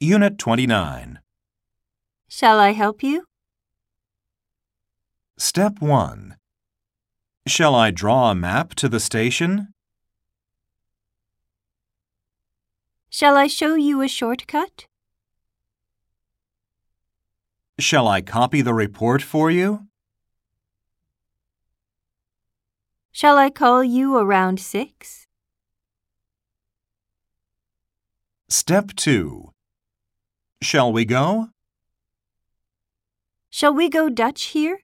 Unit 29. Shall I help you? Step 1. Shall I draw a map to the station? Shall I show you a shortcut? Shall I copy the report for you? Shall I call you around six? Step 2. Shall we go? Shall we go Dutch here?